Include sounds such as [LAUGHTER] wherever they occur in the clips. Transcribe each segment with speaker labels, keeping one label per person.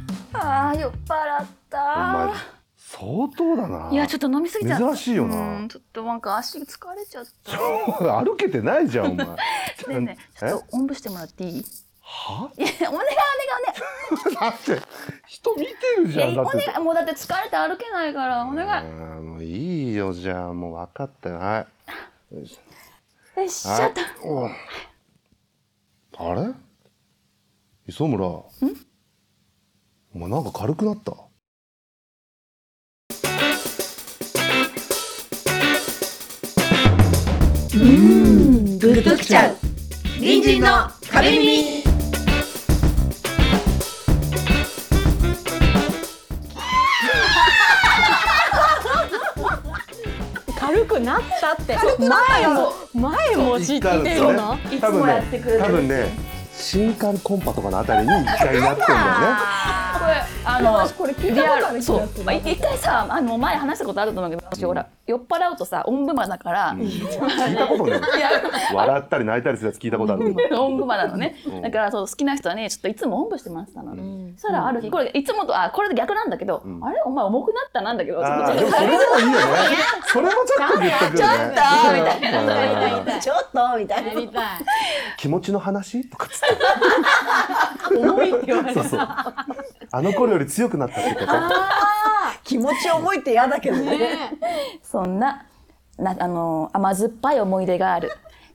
Speaker 1: 酔っ払っ
Speaker 2: お前
Speaker 1: た
Speaker 2: 相当だない
Speaker 1: やちょっと飲みすぎちゃった
Speaker 2: 珍しいよな
Speaker 1: うんちょっとなんか足疲れちゃっ
Speaker 2: [LAUGHS] 歩けてないじゃんお前
Speaker 1: た [LAUGHS] ねえねえちょっとおんぶしてもらってい [LAUGHS] いい
Speaker 2: [LAUGHS] は
Speaker 1: やお願いお願いお願い
Speaker 2: だって人見てる
Speaker 1: い
Speaker 2: じゃ
Speaker 1: や
Speaker 2: ん
Speaker 1: お
Speaker 2: だって
Speaker 1: 願いもうだって疲れて歩けないからお願い
Speaker 2: あーもういいよじゃあもう分かったよはいよいし
Speaker 1: よいし
Speaker 2: ょ
Speaker 1: ょっ
Speaker 2: はい
Speaker 1: と
Speaker 2: おうあれ磯村お前なんか軽くなった
Speaker 3: グッときちゃう隣人の壁耳
Speaker 4: [LAUGHS] 軽くなったって前も前も知ってるよな
Speaker 2: 言ったんですよね多分ね多分ね新刊コンパとかのあたりに一回なってんだよね
Speaker 1: これあの
Speaker 4: これ聞
Speaker 1: リアルそうまあ一回さあの前話したことあると思うけど私ほら酔っ払うとさおんぶまだから、
Speaker 2: うん聞いたことない
Speaker 1: いや
Speaker 2: 笑ったり泣いたりするやつ聞いたことある
Speaker 1: [LAUGHS] おんぶまなのね、
Speaker 2: うん
Speaker 1: だからそう好きな人はねちょっといつもおんぶしてましたの、そしたらある日これいつもとあこれで逆なんだけど、
Speaker 2: うん
Speaker 1: あれお前重くなったなんだけどちょっ
Speaker 2: あ
Speaker 1: と
Speaker 2: ーでもそれでもいいよねそれもちょっと言ってくるね
Speaker 1: みたい
Speaker 2: うん
Speaker 3: ちょっとみたいな
Speaker 2: 気持ちの話とかつって
Speaker 4: 重いって言われた
Speaker 2: そうそうあの頃より強くなったってこと
Speaker 3: 気持ち重いって嫌だけど [LAUGHS] ね
Speaker 1: そんななあの甘酸っぱい思い出がある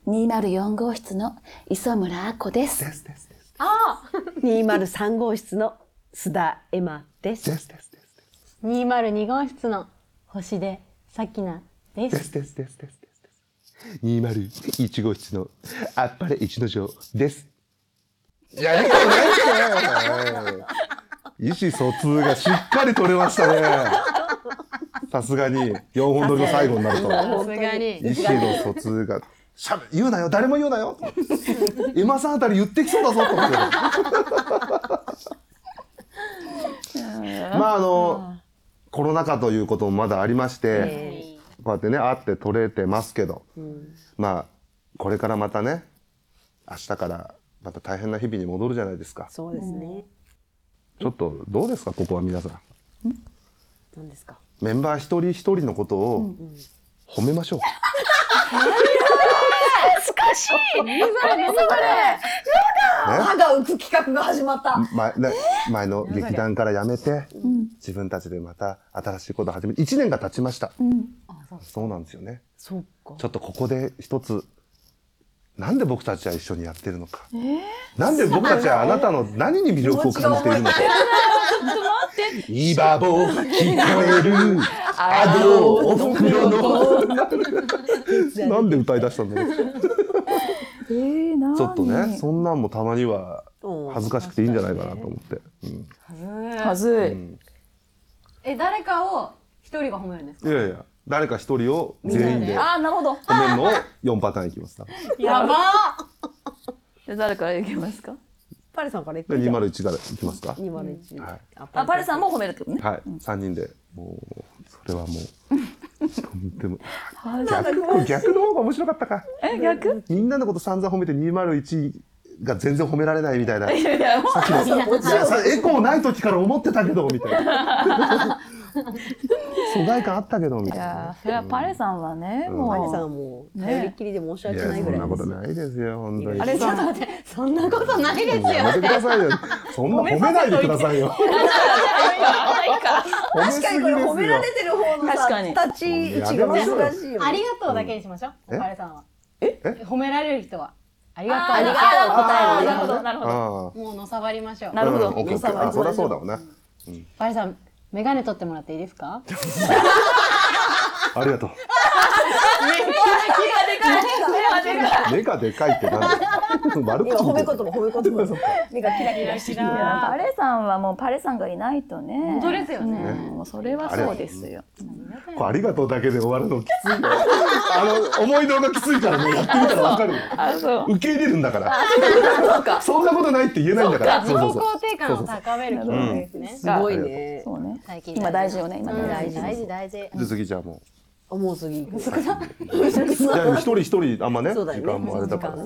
Speaker 1: 204号室の磯村あこ
Speaker 2: [LAUGHS]
Speaker 1: です
Speaker 2: ですですです
Speaker 3: 203号室の須田エマです
Speaker 2: ですですです
Speaker 4: 202号室の星でさきなで
Speaker 2: ですすですですですですです201号室のあっぱれ一の城ですいやいいことないですね意思疎通がしっかり取れましたねさすがに4本撮りの最後になると
Speaker 4: さすがに
Speaker 2: 意思の疎通がしゃべ言うなよ誰も言うなよエマさんあたり言ってきそうだぞと思ってまああのコロナ禍ということもまだありまして、こうやってね会って取れてますけど、まあこれからまたね明日からまた大変な日々に戻るじゃないですか
Speaker 3: そうですね
Speaker 2: ちょっとどうですかここは皆さん
Speaker 3: 何ですか
Speaker 2: メンバー一人一人のことを褒めましょう、
Speaker 3: 歯が浮く企画が始まった
Speaker 2: 前ね前の劇団から辞めて、自分たちでまた新しいことを始めて1年が経ちました、そうなんですよね
Speaker 3: そうか
Speaker 2: ちょっとここで一つなんで僕たちは一緒にやってるのか、なんで僕たちはあなたの何に魅力を感じているのかイバボ聞こえるアドおふくろの [LAUGHS] なんで歌い出したんだろう
Speaker 1: えー、な
Speaker 2: ちょっとねそんなんもたまには恥ずかしくていいんじゃないかなと思って、うん
Speaker 1: はずい、
Speaker 4: え誰かを一人が褒めるんですか
Speaker 2: いやいや、誰か一人を全員で
Speaker 1: あーなるほど
Speaker 2: 褒めるのを4パターンいきます。多分
Speaker 4: やば
Speaker 1: じゃあ誰からいきますか
Speaker 3: パレさんから言って
Speaker 2: で201からいきますか。
Speaker 3: 201
Speaker 2: はい。
Speaker 1: あパレさんも褒めるってことね
Speaker 2: はい。3人で、もう、それはもう、でも、
Speaker 1: い
Speaker 2: 逆、逆の方が面白かったか。
Speaker 1: え逆
Speaker 2: みんなのこと散々褒めて201が全然褒められないみたいな。
Speaker 1: いやいやもう
Speaker 2: さっきのいやさエコーない時から思ってたけど、みたいな。
Speaker 1: [LAUGHS]
Speaker 2: 疎外感あったけど、みた
Speaker 1: い
Speaker 2: い
Speaker 1: や
Speaker 2: な。
Speaker 1: ーそれはパレさんはね、
Speaker 2: うん
Speaker 3: パレ
Speaker 1: もう
Speaker 3: さんはもう
Speaker 1: ね
Speaker 3: 頼りきりで申し
Speaker 2: い
Speaker 3: 訳
Speaker 2: や、
Speaker 3: ない
Speaker 2: そ
Speaker 3: ぐら
Speaker 2: ん
Speaker 3: いで
Speaker 2: なこ
Speaker 3: す
Speaker 2: とないですよ、本当に。
Speaker 1: あれさん
Speaker 4: そんなことないですよ
Speaker 2: やめてくださいよ。そんな褒めないでくださいよ。褒めす
Speaker 3: 確か
Speaker 2: ぎです
Speaker 3: にこれ
Speaker 2: よ
Speaker 3: 褒められてる方の
Speaker 1: 確かに
Speaker 3: さ立ち位置が難しいよね
Speaker 4: ありがとうだけにしましょう
Speaker 2: え
Speaker 4: パレさんは
Speaker 2: え
Speaker 4: 褒められる人はありがとう
Speaker 3: ありがとう答えをね
Speaker 1: なるほどなるほど
Speaker 2: あ
Speaker 4: もうのさばりましょう
Speaker 2: あ
Speaker 1: なるほど
Speaker 2: うんオッケーオッケーあ、そりゃそうだわね。
Speaker 4: パレさんメガネ取ってもらっていいですか
Speaker 2: ありがとう。目がでかいってなんだよ。悪
Speaker 3: 今
Speaker 2: 口
Speaker 3: 褒
Speaker 2: みた
Speaker 3: め言葉
Speaker 2: いな
Speaker 3: 褒め言葉目がキラキラしてる
Speaker 1: パレさんはもうパレさんがいないとね
Speaker 4: 本当ですよね
Speaker 1: うんもうそれはそうですよ
Speaker 2: こうありがとうだけで終わるのきついよ。あの、思い動がきついからね、やってみたらわかるよ。
Speaker 1: あそう
Speaker 2: 受け入れるんだから。
Speaker 1: そうか
Speaker 2: そんなことないって言えないんだから。
Speaker 4: 自己肯定感を高める企画ですね
Speaker 3: すごいね
Speaker 1: そうね
Speaker 4: 最近
Speaker 1: 今大事よね今ね
Speaker 4: 大
Speaker 1: 大
Speaker 4: 事
Speaker 1: 事
Speaker 4: 大事大事
Speaker 2: で、次じゃあも
Speaker 3: あもう次行く
Speaker 2: う。じゃあ一人一人、あんまね、
Speaker 3: そうだよ
Speaker 2: 時
Speaker 3: ね
Speaker 2: 間もあれだから
Speaker 3: そ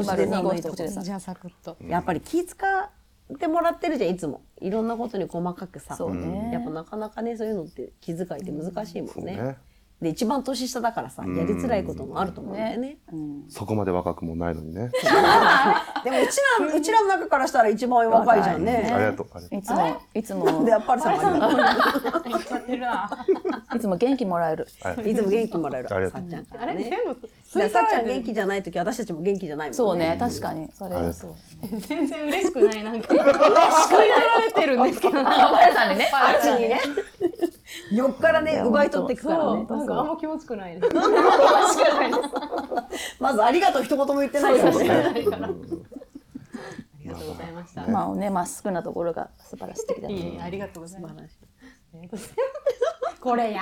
Speaker 3: う
Speaker 2: さ
Speaker 3: ね。じゃあ星出さん
Speaker 1: 今で2号
Speaker 3: の
Speaker 1: 室
Speaker 3: 一
Speaker 1: こちら
Speaker 3: 言
Speaker 1: さん
Speaker 4: じゃあサクッと
Speaker 3: やっぱり気使
Speaker 5: ってもらってるじゃんいつもいろんなことに細かくさ、
Speaker 1: そうね
Speaker 5: やっぱなかなかねそういうのって気遣いって難しいも
Speaker 2: そうん
Speaker 5: ね,、
Speaker 2: ね。
Speaker 5: で一番年下だからさやりづらいこともあると思うんだよね
Speaker 1: うん
Speaker 2: そこまで若くもないのにね。
Speaker 5: でもうちらうちらの中からしたら一番若いじゃん
Speaker 2: うんあり
Speaker 5: ね
Speaker 2: がとう。ありがとう
Speaker 1: いつもいつ
Speaker 5: なん
Speaker 4: [LAUGHS]
Speaker 1: も
Speaker 5: でやっぱりさん
Speaker 4: 言っちゃってるわ。
Speaker 1: いつも元気もらえる
Speaker 5: いつも元気もらえる
Speaker 2: ありが
Speaker 5: さ
Speaker 2: とう
Speaker 5: っちゃんから
Speaker 4: あれ
Speaker 5: ね
Speaker 4: 全部
Speaker 5: だからさっちゃん
Speaker 4: 吸い取られてる
Speaker 5: 元気じゃない時私たちも元気じゃないもん
Speaker 1: そうね確かにそれ
Speaker 2: ありが
Speaker 1: は
Speaker 2: と
Speaker 1: そうう
Speaker 4: 全然嬉しくないなんか。吸い取られてるんです [LAUGHS] けど。
Speaker 1: あパヤさんにね
Speaker 5: あっちにね横からね奪い取っていくから
Speaker 4: そう
Speaker 5: ね
Speaker 4: なんかあんま [LAUGHS] 気持ちくないです。
Speaker 5: まずありがとう一言も言ってないからね
Speaker 2: ね。うん
Speaker 4: ありがとうございました。
Speaker 1: まあねまっすぐなところが素晴らしい的だ
Speaker 4: い
Speaker 1: ね
Speaker 4: えいえありがとうございます。これや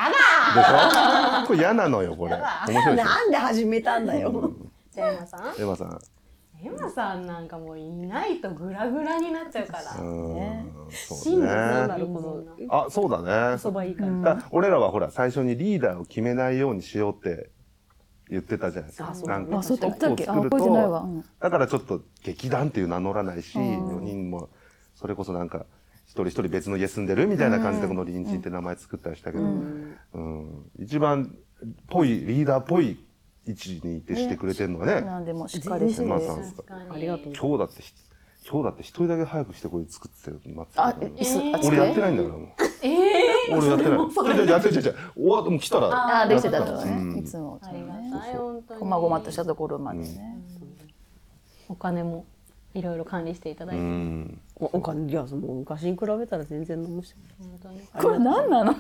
Speaker 4: だ。
Speaker 2: でしょこれ嫌なのよ、これ。面白いでし
Speaker 5: なんで始めたんだよ。
Speaker 4: じゃあエマさん。
Speaker 2: ょエマさん。
Speaker 4: エマさんなんかもういないとグラグラになっちゃうから。
Speaker 2: うん。そう
Speaker 4: 真のなんだ
Speaker 2: ね。
Speaker 4: ろうこの
Speaker 2: あ、そうだね。
Speaker 4: そばいいから。
Speaker 2: だから俺らはほら、最初にリーダーを決めないようにしようって言ってたじゃないですか。なんか
Speaker 1: あそうだ言ったっけあ
Speaker 2: こう
Speaker 1: 覚え
Speaker 2: 作ると
Speaker 1: てないわうん
Speaker 2: だからちょっと劇団っていう名乗らないし、4人もそれこそなんか一人一人別の家住んでるみたいな感じでこの隣人って名前作ったりしたけど、うん一番ぽいリーダーっぽい位置にいてしてくれてるのはね
Speaker 1: なんでもしっかりして
Speaker 2: エ
Speaker 1: る
Speaker 2: マさんです
Speaker 4: 確
Speaker 2: か
Speaker 4: かに。
Speaker 5: ありがとう。
Speaker 2: 今日だってひ今日だって一人だけ早くしてこれ作ってたよ待ってた
Speaker 1: あ
Speaker 2: の
Speaker 1: え
Speaker 2: に
Speaker 1: 椅子あ
Speaker 2: 俺やって
Speaker 1: 机
Speaker 2: ないんだからも
Speaker 4: ええ
Speaker 2: う俺やってないいやいやいやいやいや終わってもう来たら
Speaker 1: あできてたの
Speaker 2: う
Speaker 1: ね
Speaker 2: ん
Speaker 1: いつも
Speaker 4: ありがたい本当に。
Speaker 1: こまごまとしたところまでね
Speaker 4: お金もいろいろ管理していただいうて、
Speaker 2: ん
Speaker 5: お金いやもう昔に比べたら全然面白い。
Speaker 4: 本当に。
Speaker 1: これ何なの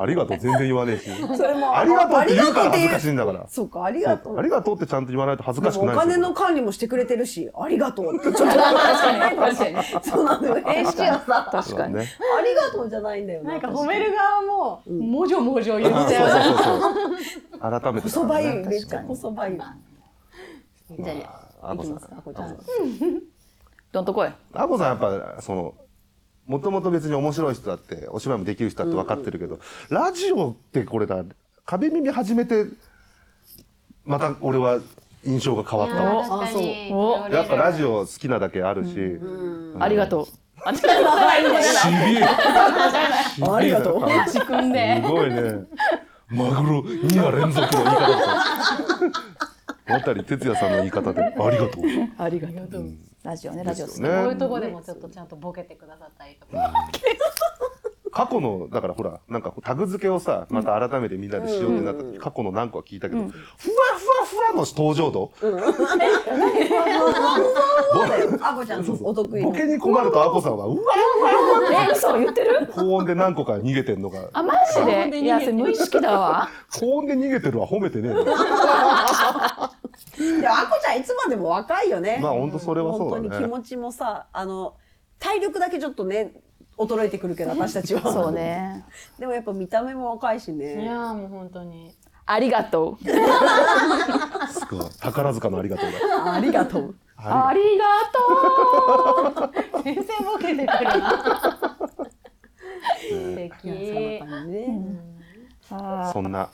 Speaker 2: ありがとう全然言わねえし
Speaker 5: それも
Speaker 2: ありがとうって言うから
Speaker 5: あり
Speaker 2: 恥ず
Speaker 5: がとう
Speaker 2: か
Speaker 5: って
Speaker 2: しいんだから
Speaker 5: そうかあり
Speaker 2: そ
Speaker 5: が
Speaker 2: う
Speaker 5: とう。
Speaker 2: ありがとうってちゃんと言わないと恥ずかしく
Speaker 5: お
Speaker 2: ないで
Speaker 5: 金
Speaker 2: すよ
Speaker 5: の管理もしてくれてるし、ありがとうってちょっと確かに確かに。そうなのよ。返信はさ、
Speaker 1: 確かに
Speaker 2: ね。
Speaker 5: ありがとうじゃないんだよ
Speaker 4: な
Speaker 5: なん
Speaker 4: か褒める側ももじょもじょ言っちゃう。
Speaker 2: そうそうそう。改めて。
Speaker 5: 細ばゆい、めっ
Speaker 2: 確
Speaker 5: ち
Speaker 2: か
Speaker 5: ゃ
Speaker 2: に
Speaker 5: 細ばゆい。
Speaker 4: じゃ
Speaker 2: あこさん。
Speaker 5: あこちゃん
Speaker 1: どんとこい
Speaker 2: あこさんやっぱ、その、もともと別に面白い人だって、お芝居もできる人だって分かってるけど、ラジオってこれだ、壁耳始めて、また俺は印象が変わったわ。
Speaker 4: あ確かに
Speaker 1: お
Speaker 2: やっぱラジオ好きなだけあるし、うん
Speaker 1: ありがとうあり
Speaker 2: ちびえ。ありがとう。
Speaker 4: 仕組んです
Speaker 2: ごいね。マグロ2夜連続の言い方だった。 [LAUGHS] 渡哲也さんの言い方で、ありがとう。
Speaker 1: がとうラジオねラジオ好き
Speaker 2: ね
Speaker 4: こういうとこでもちょっとちゃんとボケてくださったりとか、
Speaker 2: 過去の、だからほら、なんかタグ付けをさ、また改めてみんなでしようってなった時、過去の何個は聞いたけど、ふわふわふわの登場度、
Speaker 5: あこちゃんお得意
Speaker 2: ボ
Speaker 5: の。
Speaker 2: ケに困るとアコさんは、うわ
Speaker 1: え嘘言ってる
Speaker 2: 高音で何個か逃げてんのか、
Speaker 1: あマジでいやそれ無意識だわ
Speaker 2: 高音で逃げてるは褒めてねえな。
Speaker 5: [LAUGHS] でもあこちゃんいつまでも若いよね。
Speaker 2: まあほんとそれはそうだね
Speaker 5: 本当に気持ちもさ、あの体力だけちょっとね衰えてくるけど私たちは。
Speaker 1: そう。ね
Speaker 5: でもやっぱ見た目も若いし
Speaker 4: い
Speaker 5: ね。
Speaker 4: やーもう本当に
Speaker 1: ありがとう
Speaker 2: すごい宝塚のありがとう
Speaker 5: ありがとう。
Speaker 2: だ。
Speaker 1: ありがとう
Speaker 4: 全然ボケてくるな素敵、
Speaker 5: いやその他にね、
Speaker 1: あ
Speaker 2: そんな、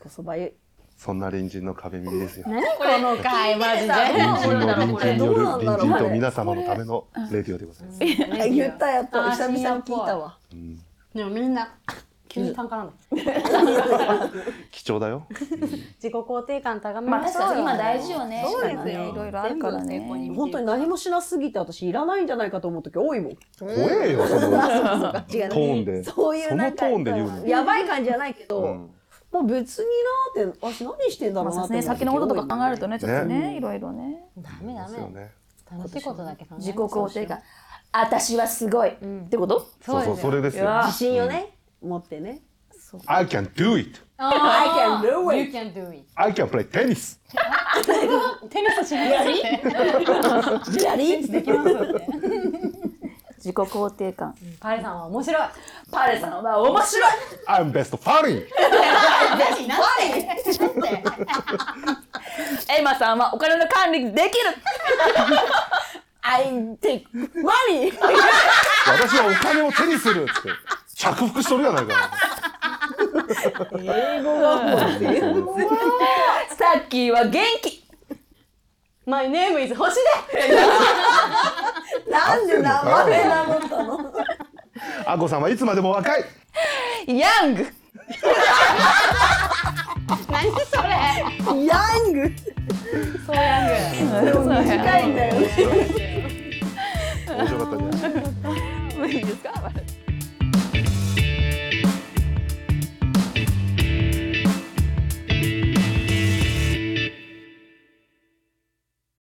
Speaker 5: こそばゆい。
Speaker 2: そんな隣人の壁耳ですよ。
Speaker 4: 何この回マジで
Speaker 2: 隣
Speaker 4: [LAUGHS]
Speaker 2: 人の隣人による
Speaker 5: どうなん
Speaker 2: 隣
Speaker 5: だろう
Speaker 2: 人と皆様のためのレディオでございます。
Speaker 5: あ言ったやっと
Speaker 4: あ
Speaker 5: 久々に聞いたわ。
Speaker 4: でもみん [LAUGHS] な急に単価なんだ
Speaker 2: 貴重だよ。
Speaker 4: 自己肯定感高め
Speaker 1: まあ
Speaker 4: まし
Speaker 1: 確
Speaker 4: ょうよ
Speaker 1: かに今大事よね
Speaker 4: そうですよ
Speaker 1: いろいろあるからね
Speaker 4: 全部成功に
Speaker 5: 本当に何もしなすぎて私いらないんじゃないかと思う時多いもん。
Speaker 2: 怖えよ、
Speaker 5: [LAUGHS]
Speaker 2: その
Speaker 5: 違う
Speaker 2: トーンで。
Speaker 5: そういう
Speaker 2: そ
Speaker 5: な
Speaker 2: の
Speaker 5: ん
Speaker 2: ト
Speaker 5: か
Speaker 2: ーンで言うの。
Speaker 5: やばい感じじゃないけど、
Speaker 2: うん
Speaker 5: もう別になーって私何してんだ
Speaker 1: ま
Speaker 5: ろ
Speaker 1: あ
Speaker 5: う
Speaker 1: さ
Speaker 5: なっ
Speaker 1: す
Speaker 5: て
Speaker 1: が
Speaker 5: 思う
Speaker 1: に先
Speaker 5: 時
Speaker 1: のこととか考えると
Speaker 5: 多い
Speaker 1: ねちょっとねいろいろね
Speaker 4: ダメダ
Speaker 2: ですよ
Speaker 4: メ
Speaker 2: ね。
Speaker 4: 楽しいことだけ考え
Speaker 1: 自己肯定感私はすごいってこと
Speaker 2: そうそう、それですよ。
Speaker 5: 自信をね、持ってね。
Speaker 2: I can do it.
Speaker 5: I can do
Speaker 4: You
Speaker 5: it.
Speaker 4: can do it
Speaker 2: I can play tennis.
Speaker 4: テニスしなさいって
Speaker 5: やり
Speaker 4: できますよね
Speaker 1: 自己肯定感
Speaker 4: パレさんは面白い
Speaker 1: パレさんは面白い
Speaker 2: I'm best funny.
Speaker 4: 何何ちょっと待って
Speaker 1: エマさんはお金の管理できる
Speaker 5: I take money.
Speaker 2: 私はお金を手にするっつって。着服しとるやないか。
Speaker 5: 英語がもう全然
Speaker 1: さっきは元気
Speaker 4: マイネームイズ星で
Speaker 5: なんで生めなのったの
Speaker 2: あこさんはいつまでも若い
Speaker 1: ヤング
Speaker 4: 何それ
Speaker 5: ヤング
Speaker 4: そうやん
Speaker 5: でも短いんだよね
Speaker 2: 面白かったね
Speaker 1: 無理ですか